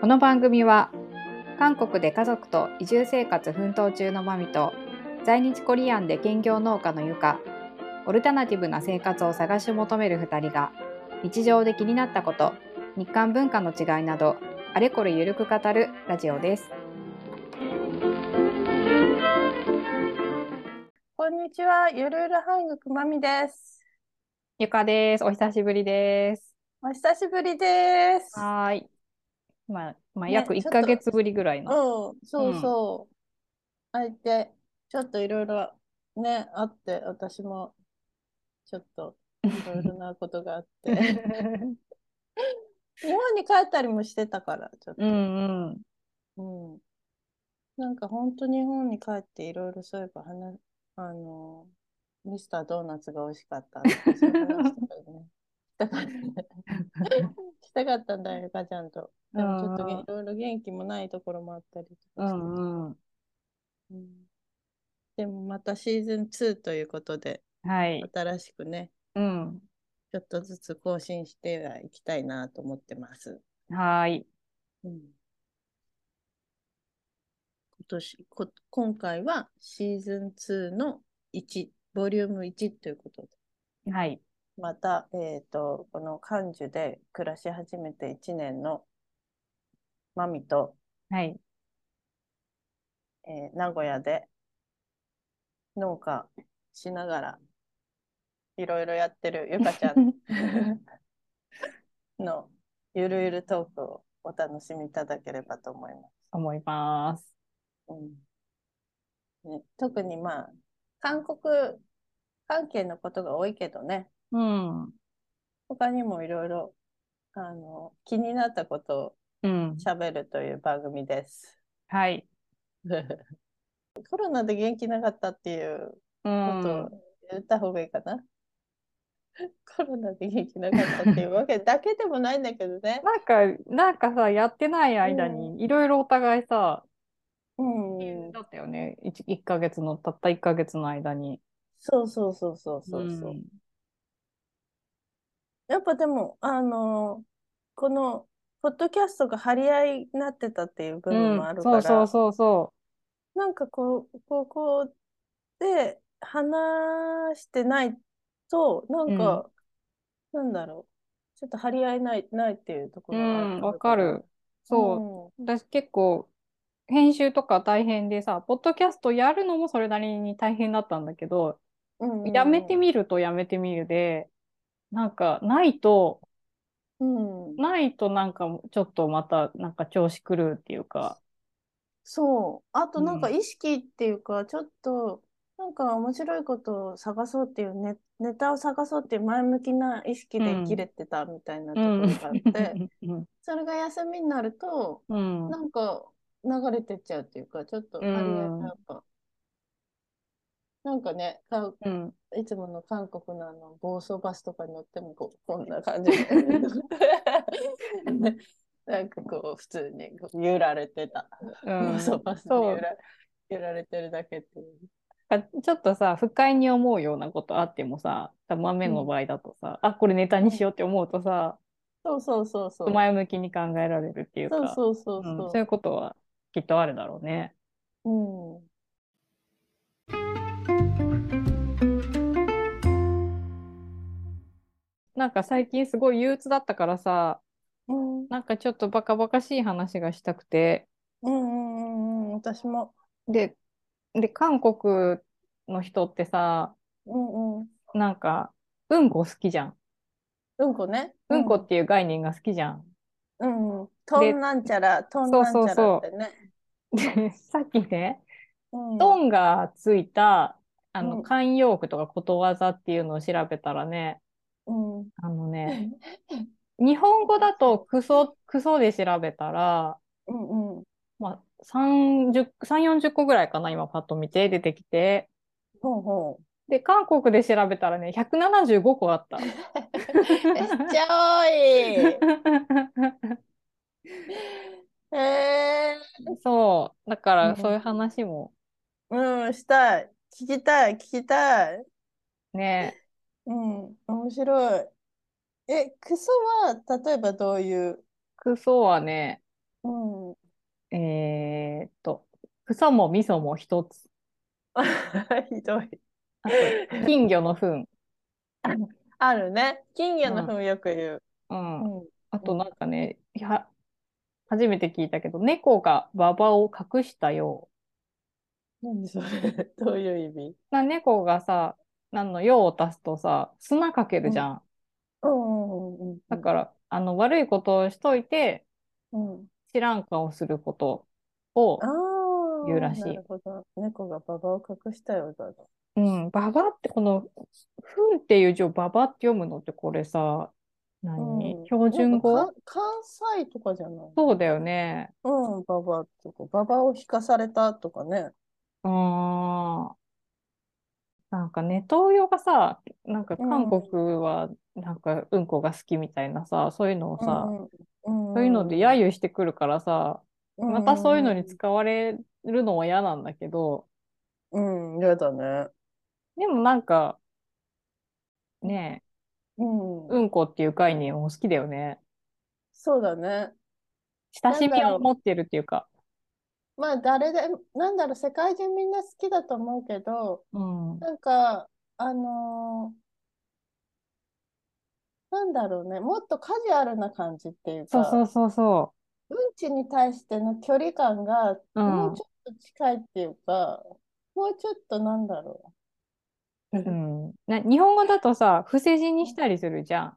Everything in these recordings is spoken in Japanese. この番組は韓国で家族と移住生活奮闘中のマミと在日コリアンで兼業農家のユカオルタナティブな生活を探し求める2人が日常で気になったこと日韓文化の違いなどあれこれゆるく語るラジオです。こんにちは、ゆるゆる韓国まみです。ゆかです。お久しぶりです。お久しぶりです。うん、はーい。まあ、まあ、ね約ち1ょっヶと月ぶりぐらいの。そうそう。あえて、ちょっといろいろね、あって、私もちょっといろいろなことがあ って、日本に帰ったりもしてたから、ちょっ うと。んうん。うん。なんか本当日本に帰っていろいろそういえば話、あの、ミスタードーナツが美味しかったとかそういう話とか ね。したかったね。したかったんだよ、ゆかちゃんと。でもちょっとうんうんねいろいろ元気もないところもあったりとうかして、んうん。うんでもまたシーズン2ということで、はい。新しくね、うん。ちょっとずつ更新してはいきたいなと思ってます。はーい。うん今年こ、今回はシーズン2の1、ボリューム1ということで、はい。また、えっ、と、この漢樹で暮らし始めて1年のマミと、 はい。えー名古屋で農家しながらいろいろやってるゆかちゃんのゆるゆるトークをお楽しみいただければと思います。 思います。うんね、特にまあ韓国関係のことが多いけどねうん。他にもいろいろあの気になったことをうん。しゃべるという番組です。 はい。コロナで元気なかったっていううことん。言った方がいいかな。 コロナで元気なかったっていうわけだけでもないんだけどね。なんか、なんかさ、やってない間に、いろいろお互いさ、うん、だったよね。1, 一ヶ月の、たった1ヶ月の間に。そうそうそうそうそうそう、んやっぱでも、あのこのポッドキャストが張り合いになってたっていう部分もあるかうら、ん、そうそうそうそなんかこう、ここで話してないと、なんか、なんだろう、ちょっと張り合いない、ないっていうとう。こうろがあん、ったわからる。。そう。私結構、編集とか大変でさ、ポッドキャストやるのもそれなりに大変だったんだけど、うん、やめてみ、みるとやめてみるで、なんか、ないと、うん、ないとなんかちょっとまたなんか調子狂うっていうか。そう。あとなんかう意識っていうか、ちょっと、なんか面白いことを探そうっていうネ、ネタを探そうっていう前向きな意識でうん生きれてたみたいなところがあって、 うん。それが休みになると、うん。なんか流れてっちゃうっていうか、ちょっとあうれんやっぱ、なんかね、かうん。いつもの韓国のあの暴走バスとかに乗ってもこうこんな感じ でなんかこう普通にこう揺られてた。うんそう、バスにそう揺ら揺られてるだけっていう。なんかちょっとさ、不快に思うようなことあってもさ、豆の場合だとさ、あ、これネタにしようって思うとさ、そうそうそうそう。前向きに考えられるっていうそうか、そうそううんそそういうことはきっとあるだろうね。う。うん。なんか最近すごい憂鬱だったからさ、うん。なんかちょっとバカバカしい話がしたくて、うんうんうん。私も。で、で、韓国の人ってさ、うんうん。なんか、うんこ好きじゃん。うんこね。うんこっていう概念が好きじゃん。うんうん。とんなんちゃら、とんなんちゃらってね。で、 さっきね、うんトンがついた、あうの、ん慣用句とかことわざっていうのを調べたらね、うん。あのね、 日本語だとクソ、クソで調べたら、うんうん。まあ、30、3、40個ぐらいかな、今パッと見て出てきて。ほうほう。で、韓国で調べたらね、175個あった。めっちゃ多い。え そう。だかうら、んそういう話もー、うん、したい。聞きたい、聞きたい。ね、 うん、面白い。え、クソは、例えばどういうクソはね、うん。えーっと、草も味噌も一つ。 ひどい。あと、 金魚の糞。あるね。金魚の糞よく言う。うん。うん。あとなんかね、いや、初めて聞いたけど、猫が馬場を隠したよ何それ。 どういう意味う。な猫がさ、なんの用を足すとさ、砂かけるじゃん。うんうんうんうん。だから、あの、悪いことをしといて、うん。知らん顔することをあ、あ。言うらしいなるほど。猫が馬場を隠したようだ。うん、ババってこの、ふんっていう字をババって読むのってこれさ、何、うん標準なん語かか関西とかじゃないそうだよね。うん、ババとか、ババを引かされたとかね。あーなんかネトウヨがさ、なんか韓国はなんかうんこが好きみたいなさ、そういうのをさ、うそん、ういうので揶揄してくるからさ、うん、またそういうのに使われるのは嫌なんだけど、うん、嫌だね。でもなんか、ねうん、え、うんこっていう概念も好きだよね。そうだね。親しみなんだろをう持ってるっていうか。まあ、誰で、なんだろう、世界中みんな好きだと思うけど、うん。なんか、あのーなんだろうね、もっとカジュアルな感じっていうそうか、そうそうそうんちに対しての距離感が、う。うもんう。ちょっと近いっていうか、もうちょっとなんだろう。うん、な日本語だとさ、伏せ字にしたりするじゃん。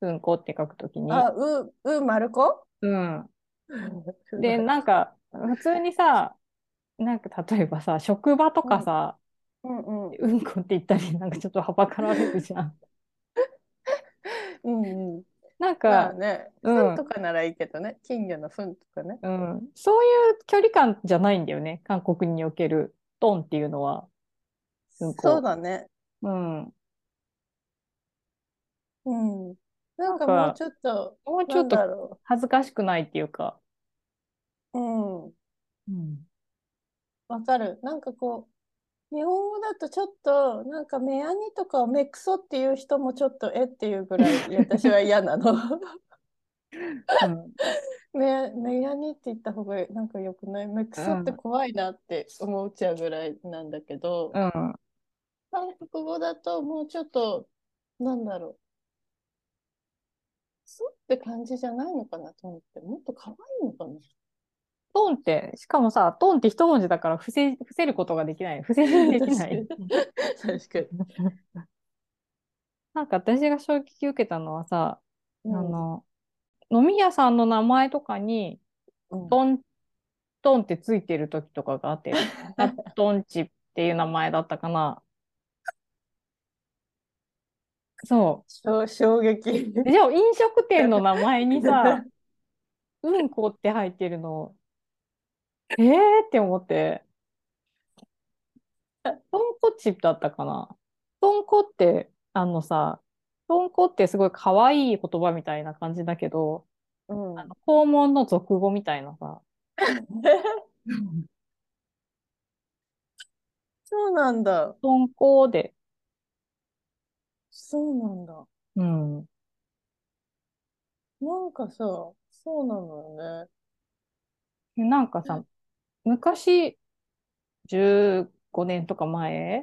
うんこって書くときに。あ、う、う、まるこうん。 で、なんか、か、普通にさ、なんか例えばさ、職場とかさ、うんうん。うんこって言ったり、なんかちょっとはばかられるじゃ ん。うんうん。なんまあか、ね、うん糞とかならいいけどね、金魚の糞とかね。うん、そういう距離感じゃないんだよね。韓国におけるトンっていうのは。うんこそうだね。うん。うん。なんかなんかもうちょっと、もうちょっとなんだろ恥ずかしくないっていうか。う。うん。うん。わかる。なんかこう、日本語だとちょっと、なんか目やにとかをめくそっていう人もちょっとえっていうぐらい、私は嫌なうの。 ん目、目やにって言った方がなんか良くないめくそって怖いなって思っちゃうぐらいなんだけど。うん韓国語だともうちょっと、なんだろう。そうって感じじゃないのかなと思って、もっと可愛いのかな。トンって、しかもさ、トンって一文字だから伏せ、伏せることができない。伏せ字にできな い確。確かに。なんか私が衝撃受けたのはさ、あ、あの、飲み屋さんの名前とかに、うんトン、トンってついてる時とかがあって、あトンチっていう名前だったかな。そ衝衝撃。う。じゃあ飲食店の名前にさ、うんこって入ってるの、えーって思って。トンコチだったかな。トンコって、あのさ、トンコってすごい可愛い言葉みたいな感じだけど、うんあの肛門の俗語みたいなさ。 そうなんだ。トンコで。そうなんだ。うん。うなんかさ、そうなのよね。んなんかさ、昔、15年とか前、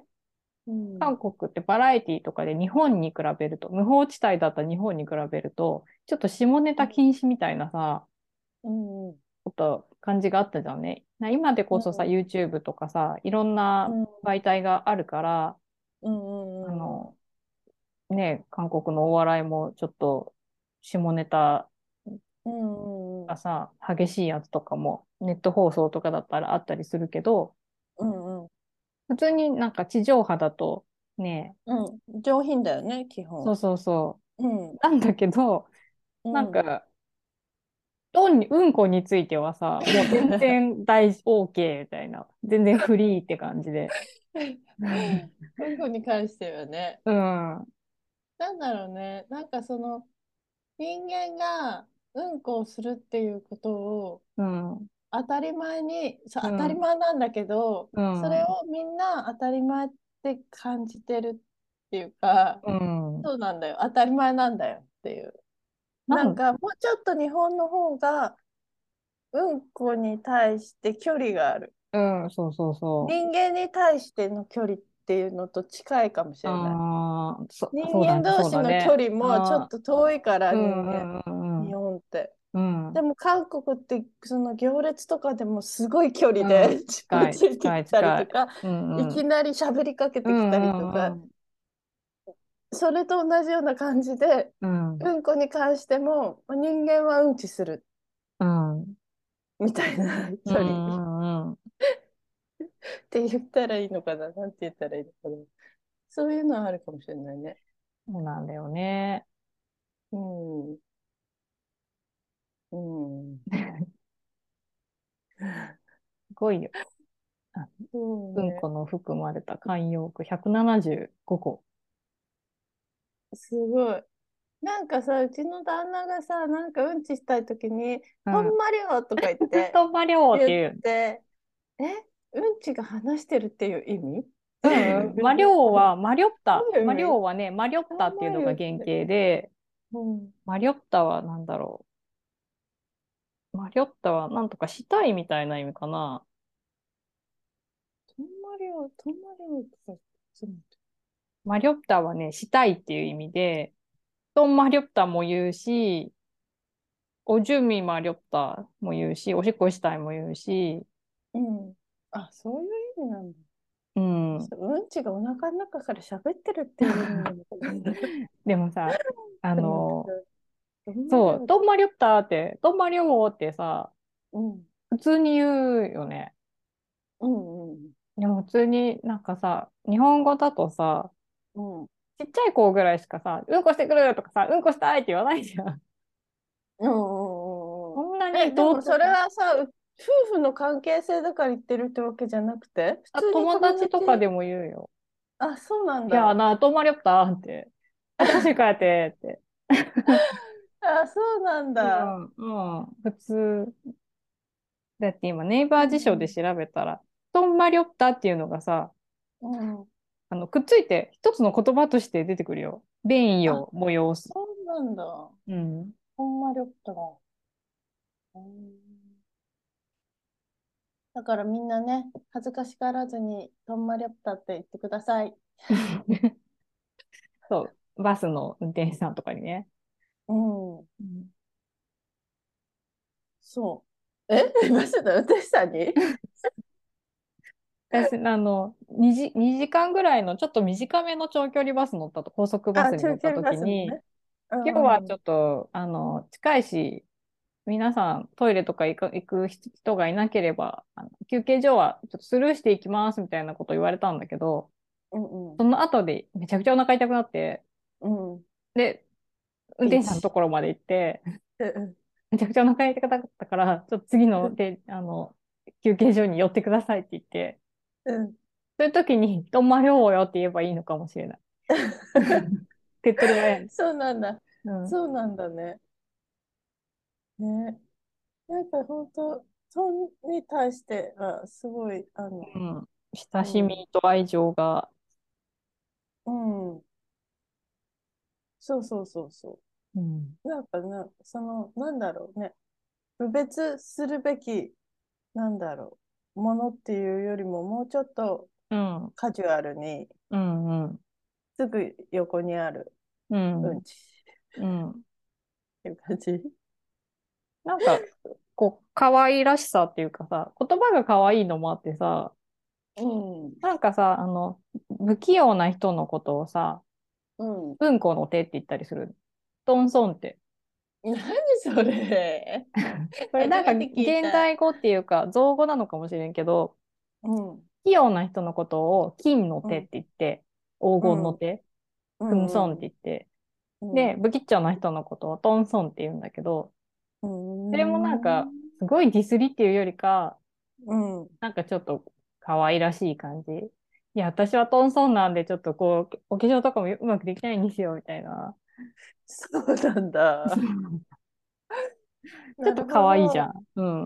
うん韓国ってバラエティとかで日本に比べると、無法地帯だった日本に比べると、ちょっと下ネタ禁止みたいなさ、うんうんこと、感じがあったじゃんね。な今でこそさ、うん YouTube とかさ、いろんな媒体があるから、うんうんうんあの、ね、韓国のお笑いもちょっと下ネタうんうんうんがさ、激しいやつとかもネット放送とかだったらあったりするけど、うんうん普通になんか地上波だとね、うん上品だよね、基本。そうそうそううんう、なんだけど、うなんか、どんに、うんこについてはさ、もう全然大事、OK みたいな、全然フリーって感 じで。うんこに関してはね、うん。なんだろうね、なんかその人間がうんこをするっていうことをうん。うん。当たり前に、そううん当たり前なんだけど、それをみんな当たり前って感じてるっていうか、うん。そうなんだよ、当たり前なんだよっていう。なんかもうちょっと日本の方がうんこに対して距離がある。うん、そうそうそう。人間に対しての距離っていうのと近いかもしれない。ああ、そ人そうだ間ね同士そうのだね距離もちょっと遠いから、う人んう間、んうん日本って。うん。うんでも韓国ってその行列とかでもすごい距離でうん 近いづいてきたりとか、うんうんいきなり喋りかけてきたりとか、それと同じような感じで、うんうんうんうんこに関しても人間はうんちするうんうん みたいな距う離っんうんて言ったらいいのかな、なんて言ったらいいのかな。そういうのはあるかもしれないね。そうなんだよね。うん。うん。すごいよ。そううんねこの含まれた慣用句175個。すごい。なんかさ、うちの旦那がさ、なんかうんちしたいときに、うんほんまりよとか言っ て、言葉量ってい言っう。て、え、うんちが話してるっていう意味うん、魔量は、マリョッタそうだ。よねマリョはね、マリョッタっていうのが原型で、うん。マリョッタは何だろう。マリョッタはなんとかしたいみたいな意味かな。とんまりよ、とんまりよとか、ちょっと待ってマリョッタはね、したいっていう意味で、トンマリョッタも言うし、おじゅみマリョッタも言うし、おしっこしたいも言うし、うん。あ、そういう意味なんだ。うん。うんちがお腹の中から喋ってるっていう意味なのかなでも さ、 あの、どんなそ料う、ドンマリョッタって、ドンマリョーってさ、うん。普通に言うよね。うんでも普通になんかさ、日本語だとさ、うん。うん。ちっちゃい子ぐらいしかさ、うんこしてくるとかさ、うんこしたいって言わないじゃん。 うんうんうんうん。こんなえ、にでもそれははさ、う夫婦の関係性だから言ってるってわけじゃなくて、普通に友達とかでも言うよ。あ、そうなんいや、だ。な、ドンマリョッタって。私帰ってって。あ、そうなんだ。うん、うん、普通。だって今、ネイバー辞書で調べたら、ドンマリョッタっていうのがさ、うん。あの、くっついて一つの言葉として出てくるよ。便意を催す。そうなんだ。うん。ほんまりょったら。うんだからみんなね、恥ずかしがらずに、とんまりょったって言ってください。そう。バスの運転手さんとかにね。うん。そう。え マジだ、私さんに私、あの、2時、2時間ぐらいのちょっと短めの長距離バス乗ったと、高速 バスに乗った時に、今日はちょっっと、あの、近いし、皆さんトイレとか行く行く人がいなければ、あの休憩所はちょっとスルーしていきますみたいなこと言われたんだけど、と、うんその後でめちゃくちゃお腹痛くなって、うん。うん。で、運転手さんのところまで行って、めちゃくちゃお腹痛かったから、ちょっと次ので、あの、休憩所に寄ってくださいって言って、うん。そういう時に、どんまりょうよって言えばいいのかもしれ ない。手っ取り早い。そうなんだ。うんそうなんだね。ね。なんか本当、そんに対しては、すごい、あの、うん親しみと愛情が、うん。そうそうそうそうんう。なんかな、その、なんだろうね。区別するべき、なんだろう、ものっていうよりも、もうちょっとうん、カジュアルに、うん、うん、すぐ横にある、ううんんちっうん。ていう感じ。なんか、こう、可愛らしさっていうかさ、言葉が可愛いのもあってさ、うん。なんかさ、あの、不器用な人のことをさ、うん。うんこの手って言ったりする。トンソンって。何そ れ。これなんか初めて聞いた現代語っていうか造語なのかもしれんけどうん。器用な人のことを金の手って言って、黄金の手、クムソンって言って、うんで、不吉祥な人のことをトンソンって言うんだけどうんそれもなんか、すごいディスりっていうよりかうん。なんかちょっと可愛らしい感じいや私はトンソンなんでちょっとこうお化粧とかもうまくできないんですよみたいなそうなんだ。 ちょっと可愛いじゃんうん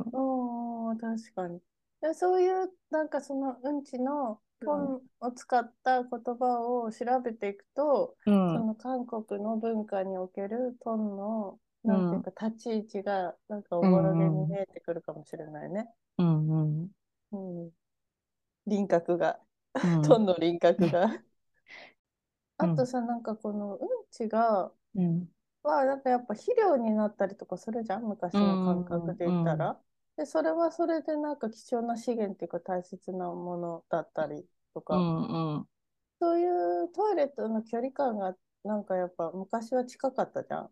おー確かに。でそういう、なんかそのうんちの本を使った言葉を調べていくと、うそんの韓国の文化におけるトンのなんていうか、立ち位置が、なんかおぼろげに見えてくるかもしれないね。うんうんうん。輪郭が、うんトンの輪郭が。うあんとさ、なんかこのうんちが、うんは、なんかやっぱ肥料になったりとかするじゃん、昔の感覚で言ったうら。で、それはそれでなんか貴重な資源っていうか大切なものだったりとうか、んうんそういうトイレとの距離感がなんかやっぱ昔は近かったじゃん。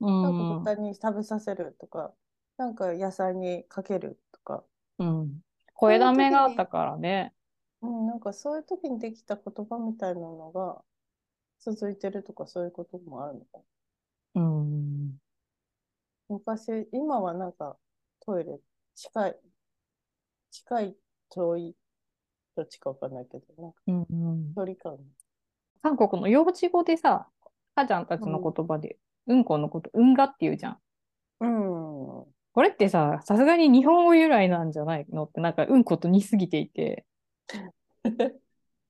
うんなんか豚に食べさせるとか、なんか野菜にかけるとか、うん小枝目があったからね。うん、なんかそういう時にできた言葉みたいなのが続いてるとかそういうこともあるのかな。うん昔、今はなんかトイレ近い、近い、遠い、どっちかわかんないけど、なんかうんうん距離感。韓国の幼稚語でさ、母ちゃんたちの言葉で、うんこのこと、うんがって言うじゃん。うん。これってさ、さすがに日本語由来なんじゃないのって、なんか、うんこと似すぎていて、っ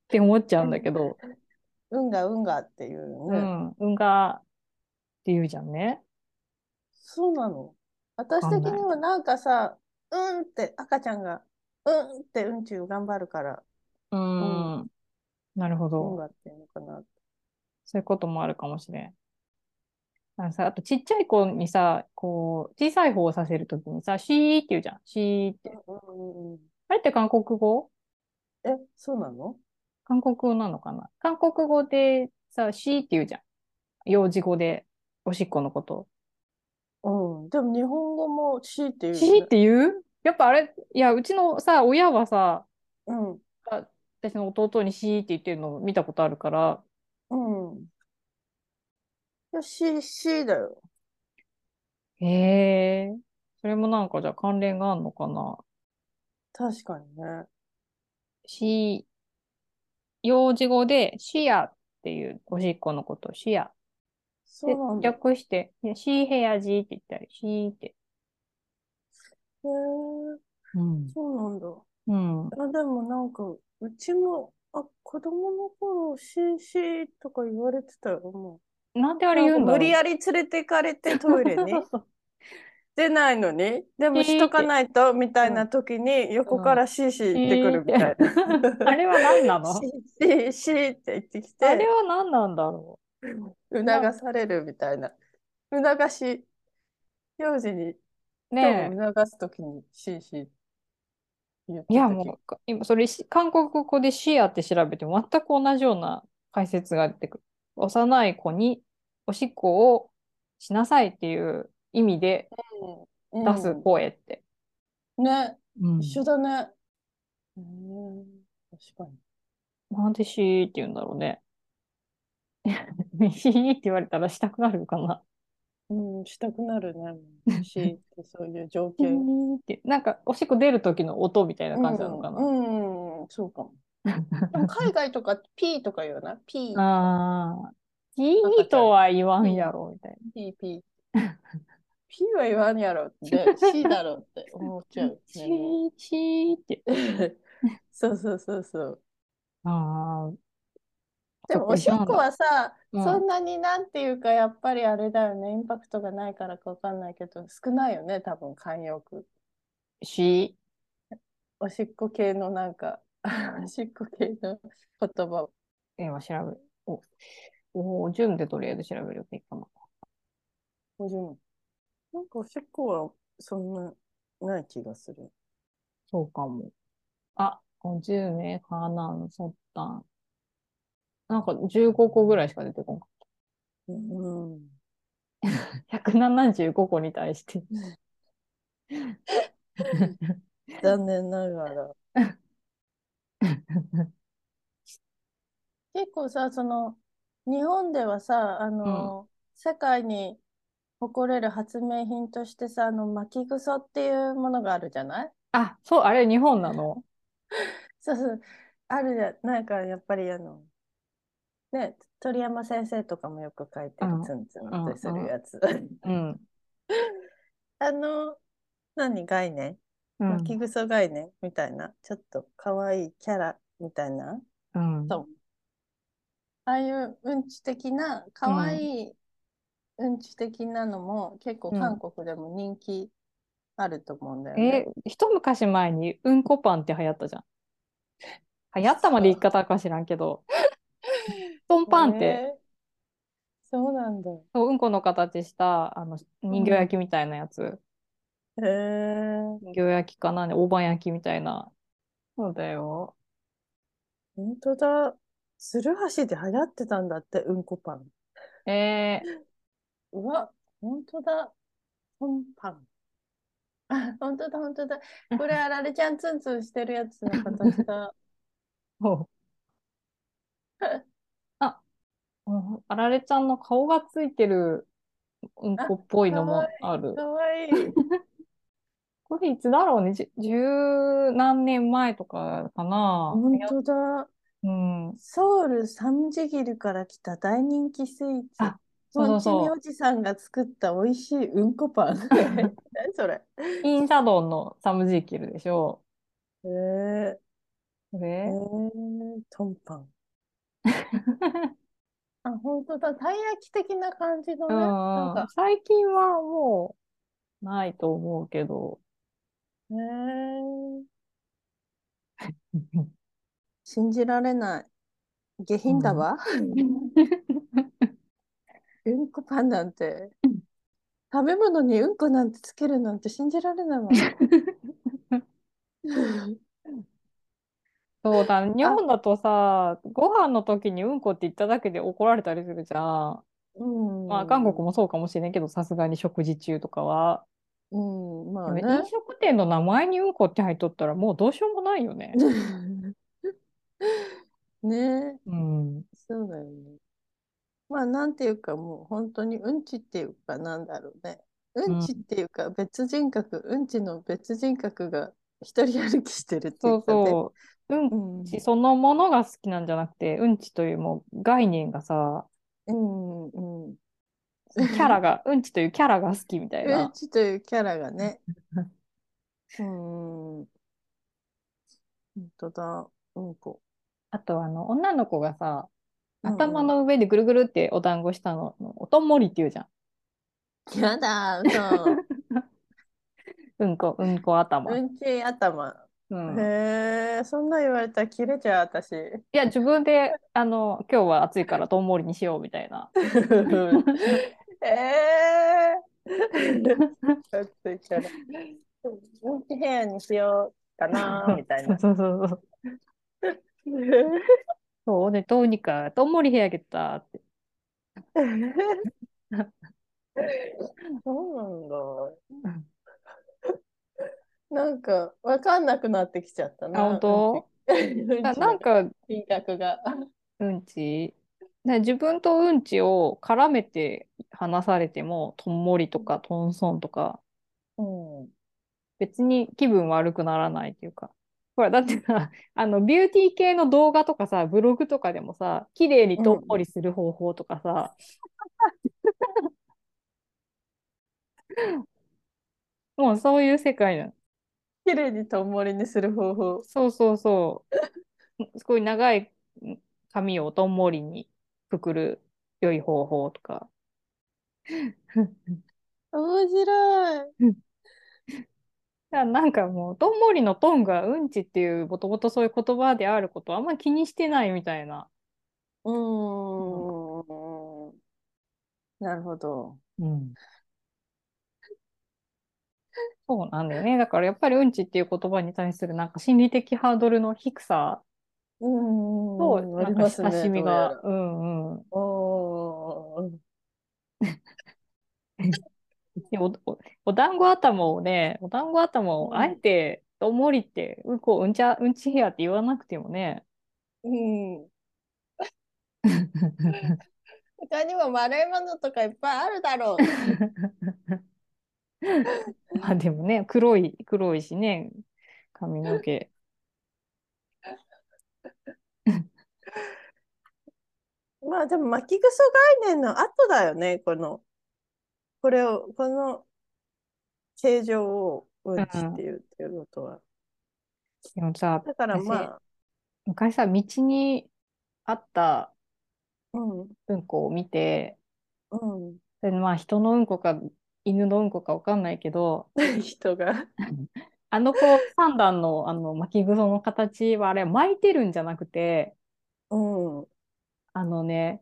て思っちゃうんだけど、 運が運がっていううね。ん、うんがって言うじゃんね。そうなの私的にはなんかさ、うんって赤ちゃんが、うんってうんちゅう頑張るから、うん。なるほ運ど。がっていうのかな。そういうこともあるかもしれん。あのさ、あとちっちゃい子にさ、こう、小さい方をさせるときにさ、シーって言うじゃん。シーって。うんうんうん、あれって韓国語え、そうなの韓国語なのかな韓国語でさ、シーって言うじゃん。幼児語で、おしっこのこと。うん。でも日本語も C っていうよね、シーって言うやっぱあれ、いや、うちのさ、親はさ、うん。私の弟にシーって言ってるのを見たことあるから、うん。いや、C、C だよ。へえ、それもなんかじゃあ関連があるのかな確かにね。し、幼児語でシアっていうおしっこのこと、シア。そでうなん、だ。へ略して、いやシーヘアジーって言ったり、シーって。えうん。そうなんだ。うん。あ、でもなんか、うちも、あ、子供の頃、シシとか言われてたよ、もなんでう。あれ言うんだろう無理やり連れてかれてトイレ にそうそうそう出ないのに、でもしとかないと、みたいな時に、横からシーシー言ってくるみたいな。あれは何なのシーシーシーって言ってきあれて、は何なんだろ促されるみたいな。促し、幼児に、うしかねも促す時にシーシー言ってえ。いやた気がもうか、今それし、韓国語でシアって調べても全く同じような解説が出てくる。幼い子におしっこをしなさいっていう意味でうん出す声って。ね、うん一緒だね。うん、確かに。なんでシーって言うんだろうね。 シーって言われたらしたくなるかな。うん、したくなるね。し、ってそういう情シ 景。ーって。なんか、おしっこ出る時の音みたいな感じなのかうな。ん、うんそう かも。でも海外とか P とか言うな。P、ああ。ピーとは言わんやろ、みたい P、P。P は言わんやろって、C だろって思っちゃなう。。 シー、シーって。 そうそうそうそう。ああ。でもおしっこはさ、うんそんなになんていうか、やっぱりあれだよね、インパクトがないからかわかんないけど、少ないよね、多分、慣用句。シおしっこ系のなんか、おしっこ系の言葉。ー。今調べる。お、おー、ジュンでとりあえず調べるといいかな。でもなんかおしっこはそんなない気がする。そうかも。あ、50名かな、そったん。なんか15個ぐらいしか出てこんかっうん。た。175個に対して。 残念ながら。結構さ、その、日本ではさ、あの、世界に誇れる発明品としてさ、あの、巻き草っていうものがあるじゃないあ、そう、あれ日本なのそうそう、あるじゃん、なんかやっぱりあの、ね、鳥山先生とかもよく書いてうるん、ツンツンうんってするやつ。うん。 あの、何概念うん巻きぐそ概念みたいな、ちょっと可愛いキャラみたいな、うんそうああいううんち的な可愛いうんち的なのも結構うん韓国でも人気あると思うんだよえね。、一昔前にうんこパンって流行 ったじゃん。流行ったまで言い方か知らんけど。トンパンって、えーそうなんだ。そううんこの形したあの人形焼きみたいなやつ。へえ。人形焼きかな、大判焼きみたいな。そうだよ。本当だ。つるはしで流行ってたんだって、うんこパン。えー、うわ、本当だ。トンパン。あ、本当だ、本 当だ。これ、あられちゃんツンツンしてるやつの形 だ。そう あ、うんあられちゃんの顔がついてるうんこっぽいのもあるか。わいい。これいつだろうね、じ十何年前とかかな。本当だ。うん、ソウルサムジギルから来た大人気スイーツ。あそうそうそうポンチミおじさんが作った美味しいうんこパ ン。何それ。インサドンのサムジーキルでしょ。えー、こえれー、トンパ ン。あ、本当だ。たい焼き的な感じのうね。なんんか、最近はもうないと思うけ ど。えー、信じられない。下品だわ。うんこパンなんてうん。食べ物にうんこなんてつけるなんて信じられない わ。そうだ、日本だとさ、ご飯の時にうんこって言っただけで怒られたりするじゃん。うん。まあ、韓国もそうかもしれんけど、さすがに食事中とかは。うん、まあでね。も飲食店の名前にうんこって入っとったら、もうどうしようもないよね。 ねうん。そうだよね。まあなんていうかもう本当にうんちっていうかなんだろうね。うんちっていうか別人格、うんちの別人格が一人歩きしてるっていそううかね。そう。うんうん。ちそのものが好きなんじゃなくて、うんちというもう概念がさ、うんうん。キャラ が、うんちというキャラが好きみたいうんな。ちというキャラ がね。うん。本当だ。うんこ。あと、あの、女の子がさ、うんうん頭の上でぐるぐるってお団子したの、おとんもりって言うじゃん。やだ、そう。 うんこ、うんこ頭。うんち頭。うんへえ、そんな言われたら切れちゃう、私。いや、自分で、あの、今日は暑いからとんもりにしようみたいな。ええー。だって言ったらうんち部屋にしようかな、みたいな。そうそうそうそう。そうね、どうにか、とんもり部屋げたって。そうなんだ。なんか、わかんなくなってきちゃったあ、な。本当うんちななん、か、品格が。うんち。ね自分とうんちを絡めて話されても、とんもりとか、とんそんとか、うん。別に気分悪くならないっていうか。ほら、だってさ、 あの、ビューティー系の動画とかさ、ブログとかでもさ、綺麗にとんもりする方法とかさ、 もうそういう世界なの。綺麗にとんもりにする方法。そうそうそう。すごい長い髪をとんもりにくくる良い方法とか。面白い。だからなんかもう、とんもりのトンがうんちっていう、もともとそういう言葉であることをあんま気にしてないみたいな。うーん。なるほど。うん。 そうなんだよね。だからやっぱりうんちっていう言葉に対するなんか心理的ハードルの低さうと、ん。なんか親しみが、うんうん。おお。でおおお団子頭をね、お団子頭うんをあえて、どんもりって、うんこ、うんちゃ、うんちヘアって言わなくても ね。うん。他にも丸いものとかいっぱいあるだろう。まあでもね、黒い、黒いしね、髪の毛。まあでも巻きぐそ概念の後だよね、この、これを、この形状をうんちっていうっていうことは。でもさ、だからまあ、昔さ、道にあったうん、うんこを見て、うん、そでまあ人のうんこか犬のうんこかわかんないけど、 人が。あのこう三段のあの巻きぐその形はあれ巻いてるんじゃなくて、うん。うあのね、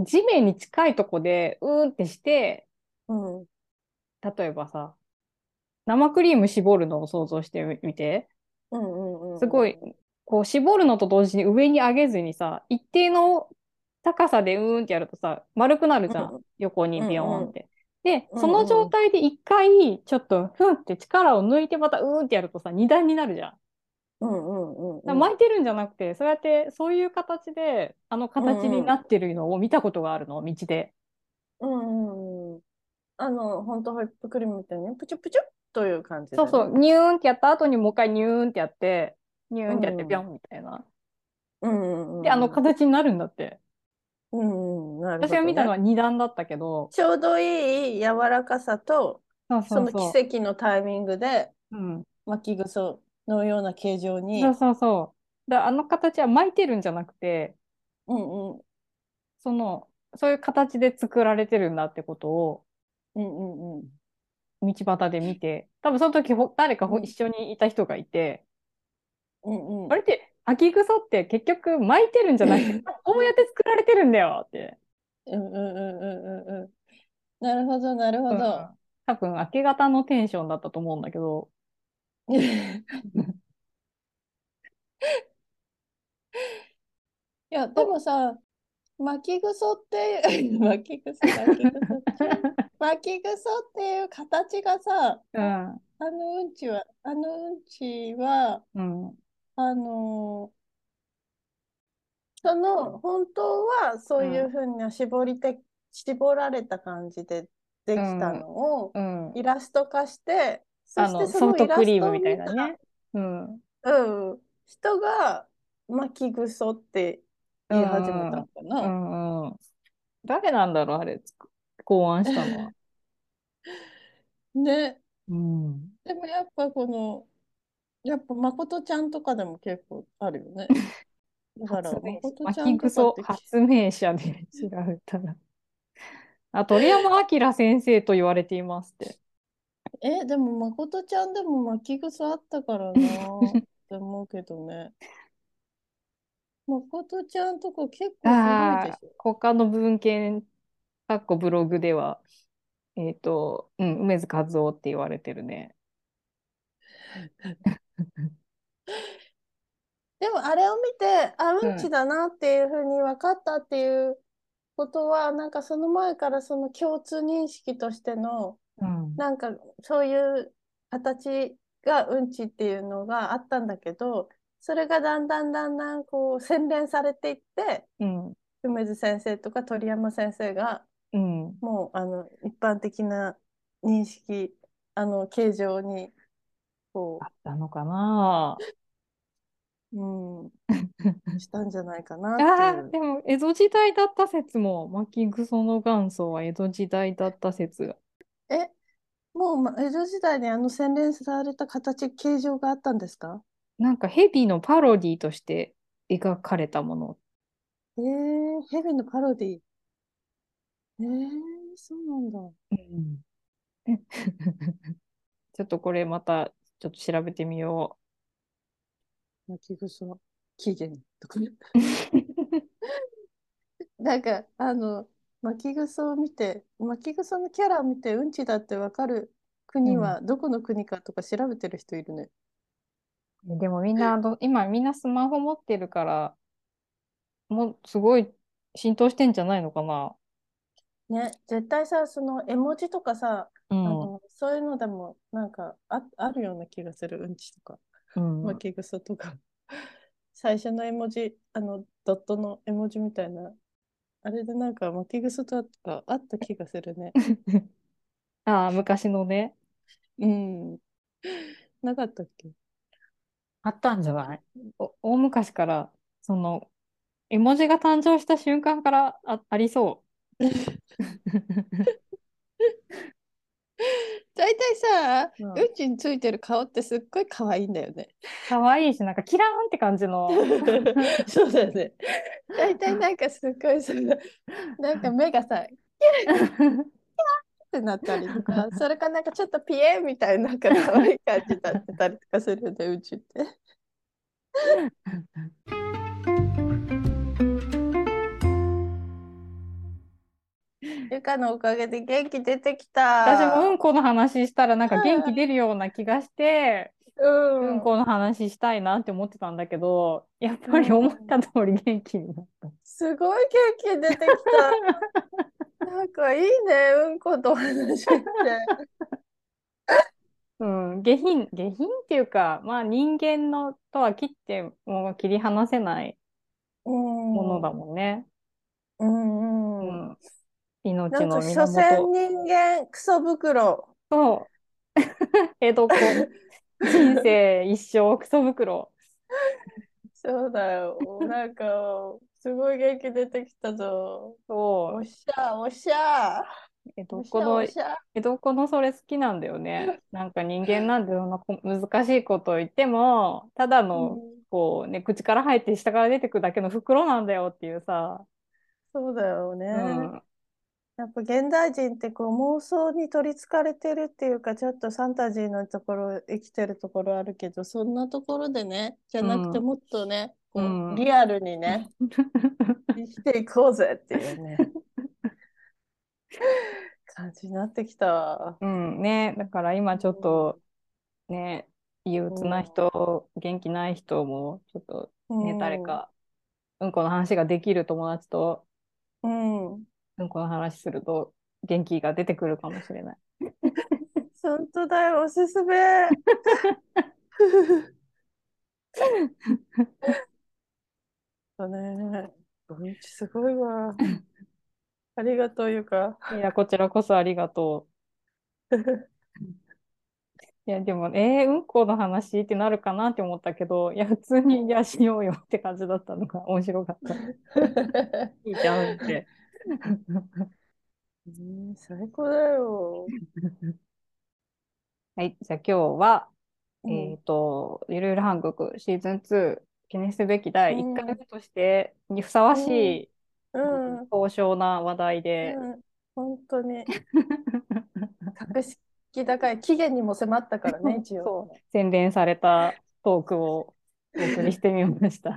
地面に近いとこでうーんってして、ん。例えばさ、生クリーム絞るのを想像してみて、うんうんうん。すごい。、こう絞るのと同時に上に上げずにさ、一定の高さでうーんってやるとさ、丸くなるじゃん。う横にビヨーンって。で、うんうんその状態で一回、ちょっと、ふんって力を抜いて、また、うーんってやるとさ、二段になるじゃん。だかんうんうんうん。ら巻いてるんじゃなくて、そうやって、そういう形で、あの形になってるのを見たことがあるの、道で。うんうんうん。あの、ほんとホイップクリームみたいにね、プチュプチュという感じそうでそね。う、ニューンってやった後にもう一回ニューンってやって、ニューンってやって、うんビョンみたいな。うんうんうん。で、あの形になるんだって。うんうん、なるほ私どが見たねのは二段だったけど、ちょうどいい柔らかさと、そうそそうのそう。奇跡のタイミングで、うん巻きぐそのような形状に、そうそうそう。だからあの形は巻いてるんじゃなくて、うんうん、その、そういう形で作られてるんだってことをうんうんうん。道端で見て、多分その時ほ誰かほうん一緒にいた人がいて、うんうん、あれって、秋草って結局巻いてるんじゃなくて、こうやって作られてるんだよって。うんうんうんうんうんうん。なるほど、なるほうんど。多分明け方のテンションだったと思うんだけど、 いや、でもさ、巻きぐそって、 巻きぐそ、巻きぐそって、巻きぐそっていう形がさ、うん、あのうんちは、あのうんちは、うん、あのーその本当はそういうふうな絞りて、絞られた感じでできたのをうん。イラスト化して、そあしての、そソフのイトラクリスームトをみたい見なた、ね。うん。うん、人が巻きぐそって言い始めたのかうな。んうん。誰なんだろう、あれ、つく考案したのは。ね、うん。でもやっぱこの、やっぱ誠ちゃんとかでも結構ある よね。だから発明誠ち巻ゃきんぐとかそって発明者で調べたら。あ、鳥山明先生と言われていますって。え、でも、まことちゃんでも巻き草あったからなぁ って思うけどね。まことちゃんとか結構あ古いあでしょ。他の文献、かっこブログでは、えっと、うん、梅津和夫って言われてるね。でも、あれを見て、あ、うんちだなっていうふうに分かったっていうことは、なんかその前からその共通認識としての、うん。なんかそういう形がうんちっていうのがあったんだけど、それがだんだんだんだんこう洗練されていって、うん。梅津先生とか鳥山先生が、うん。もうあの一般的な認識あの形状にこあったのかなう、 うん、したんじゃないかなあっーていでう。も江戸時代だった説も巻きぐその元祖は江戸時代だった説がえもうま江戸時代にあの洗練された形形状があったんですかなんかヘビのパロディとして描かれたものえー、ヘビのパロディえー、そうなんだ。うんえ ちょっとこれまたちょっと調べてみよ巻き草起源と かね。う。なんかあの巻き草を見て巻き草のキャラを見てうんちだってわかる国はどこの国かとか調べてる人いるね。でもみんなあの今みんなスマホ持ってるからもうすごい浸透してんじゃないのかな。ね、絶対さ、その絵文字とかさ、うあん。の、そういうのでも、なんかあ、あるような気がする、うんちとか、うん負け草とか。 最初の絵文字、あの、ドットの絵文字みたいな、あれでなんか、負け草とかあった気がするね。ああ昔のね。うん。なかったっけあったんじゃないお大昔からその絵文字が誕生した瞬間からあ、ありそう。大体さ、うんうんちについてる顔ってすっごい可愛いんだよね。かわいいし、なんかキラーンって感じ の。 そうだよね。 大体なんかすっごいその、なんか目がさ、キってなったりとか、 それかなんかちょっとピエみたいな、なんか可愛い感じになってたりとかするんで、宇 宙って。ゆかのおかげで元気出てきた。私もうんこの話したらなんか元気出るような気がして、ううん、んこの話したいなって思ってたんだけど、やっぱり思った通り元気になった。すごい元気出てき た。なんかいいね、うんことお話しして。うん、下品、下品っていうか、まあ人間のとは切ってもう切り離せないうん ものだもんね。うんううん。ん、命なんのか、源。所詮人間、クソ袋。そう。 江戸っ子。 人生一生、クソ袋。そう だよ。なんか、すごい元気出てきたぞ。そおうっ。しゃ、おっしゃ。江戸おっっし子ゃ、のおっ、しゃ。江戸っ子のそれ好きなんだよね。なんか人間なんてそんなこ難しいことを言っても、ただうんの、こうね、口から入って下から出てくるだけの袋なんだよっていうさ。そうだよね。うん。やっぱ現代人ってこう妄想に取りつかれてるっていうか、ちょっとファンタジーのところ、生きてるところあるけど、そんなところでね、じゃなくてうんもっとね、こううんリアル にね、生きていこうぜっていうね、感じになってきた。うんね、だから今ちょっとね、憂鬱な人、元気ない人も、ちょっとね、うん誰。か、うんこの話ができる友達と、うん。うんこの話すると、元気が出てくるかもしれ ない。本当だよ、おすす め。だね。うんちすごいわ。ありがとう、ゆ か。いや、こちらこそありがとう。いや、でも、えーうんこの話ってなるかなって思ったけど、いや、普通に、いや、しようよって感じだったのが面白か った。いいじゃんって。うん最高だよ。 はい、じゃあ今日は、うんえっと、ゆるゆる韓国シーズン2、記念すべき第1回目としてにふさわしい、うん。高尚な話題で、うん本当に。 格式高い。期限にも迫ったから ね、一応。そう洗練されたトークをお送りしてみま した。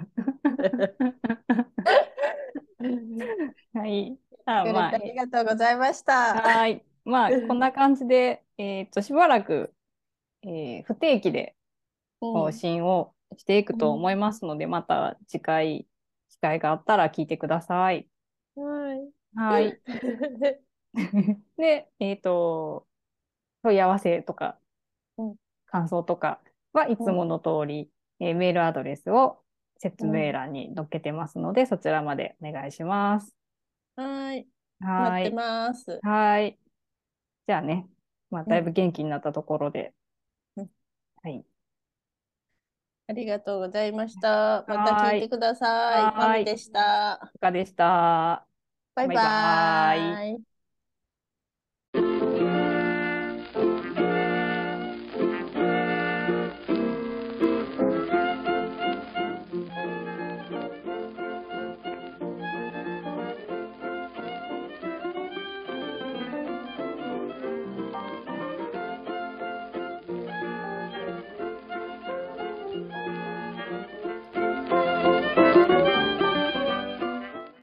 はい。あご協力まああ、りがとうございました。はーい。まあ、こんな感じで、えっと、しばらく、えー不定期でうん更新をしていくと思いますので、また次回、機会があったら聞いてください。はい。はい。 で、えっ、と、問い合わせとかうん、感想とかはいつもの通り、えーメールアドレスを説明欄に載っけてますので、そちらまでお願いします。 はい。は待っーてい。ます。はい。じゃあね、まあ、んだいぶ元気になったところで。うんはい。ありがとうございました。またはーい聞いてください。はーいマミでした。他でした。バイバイババーイ。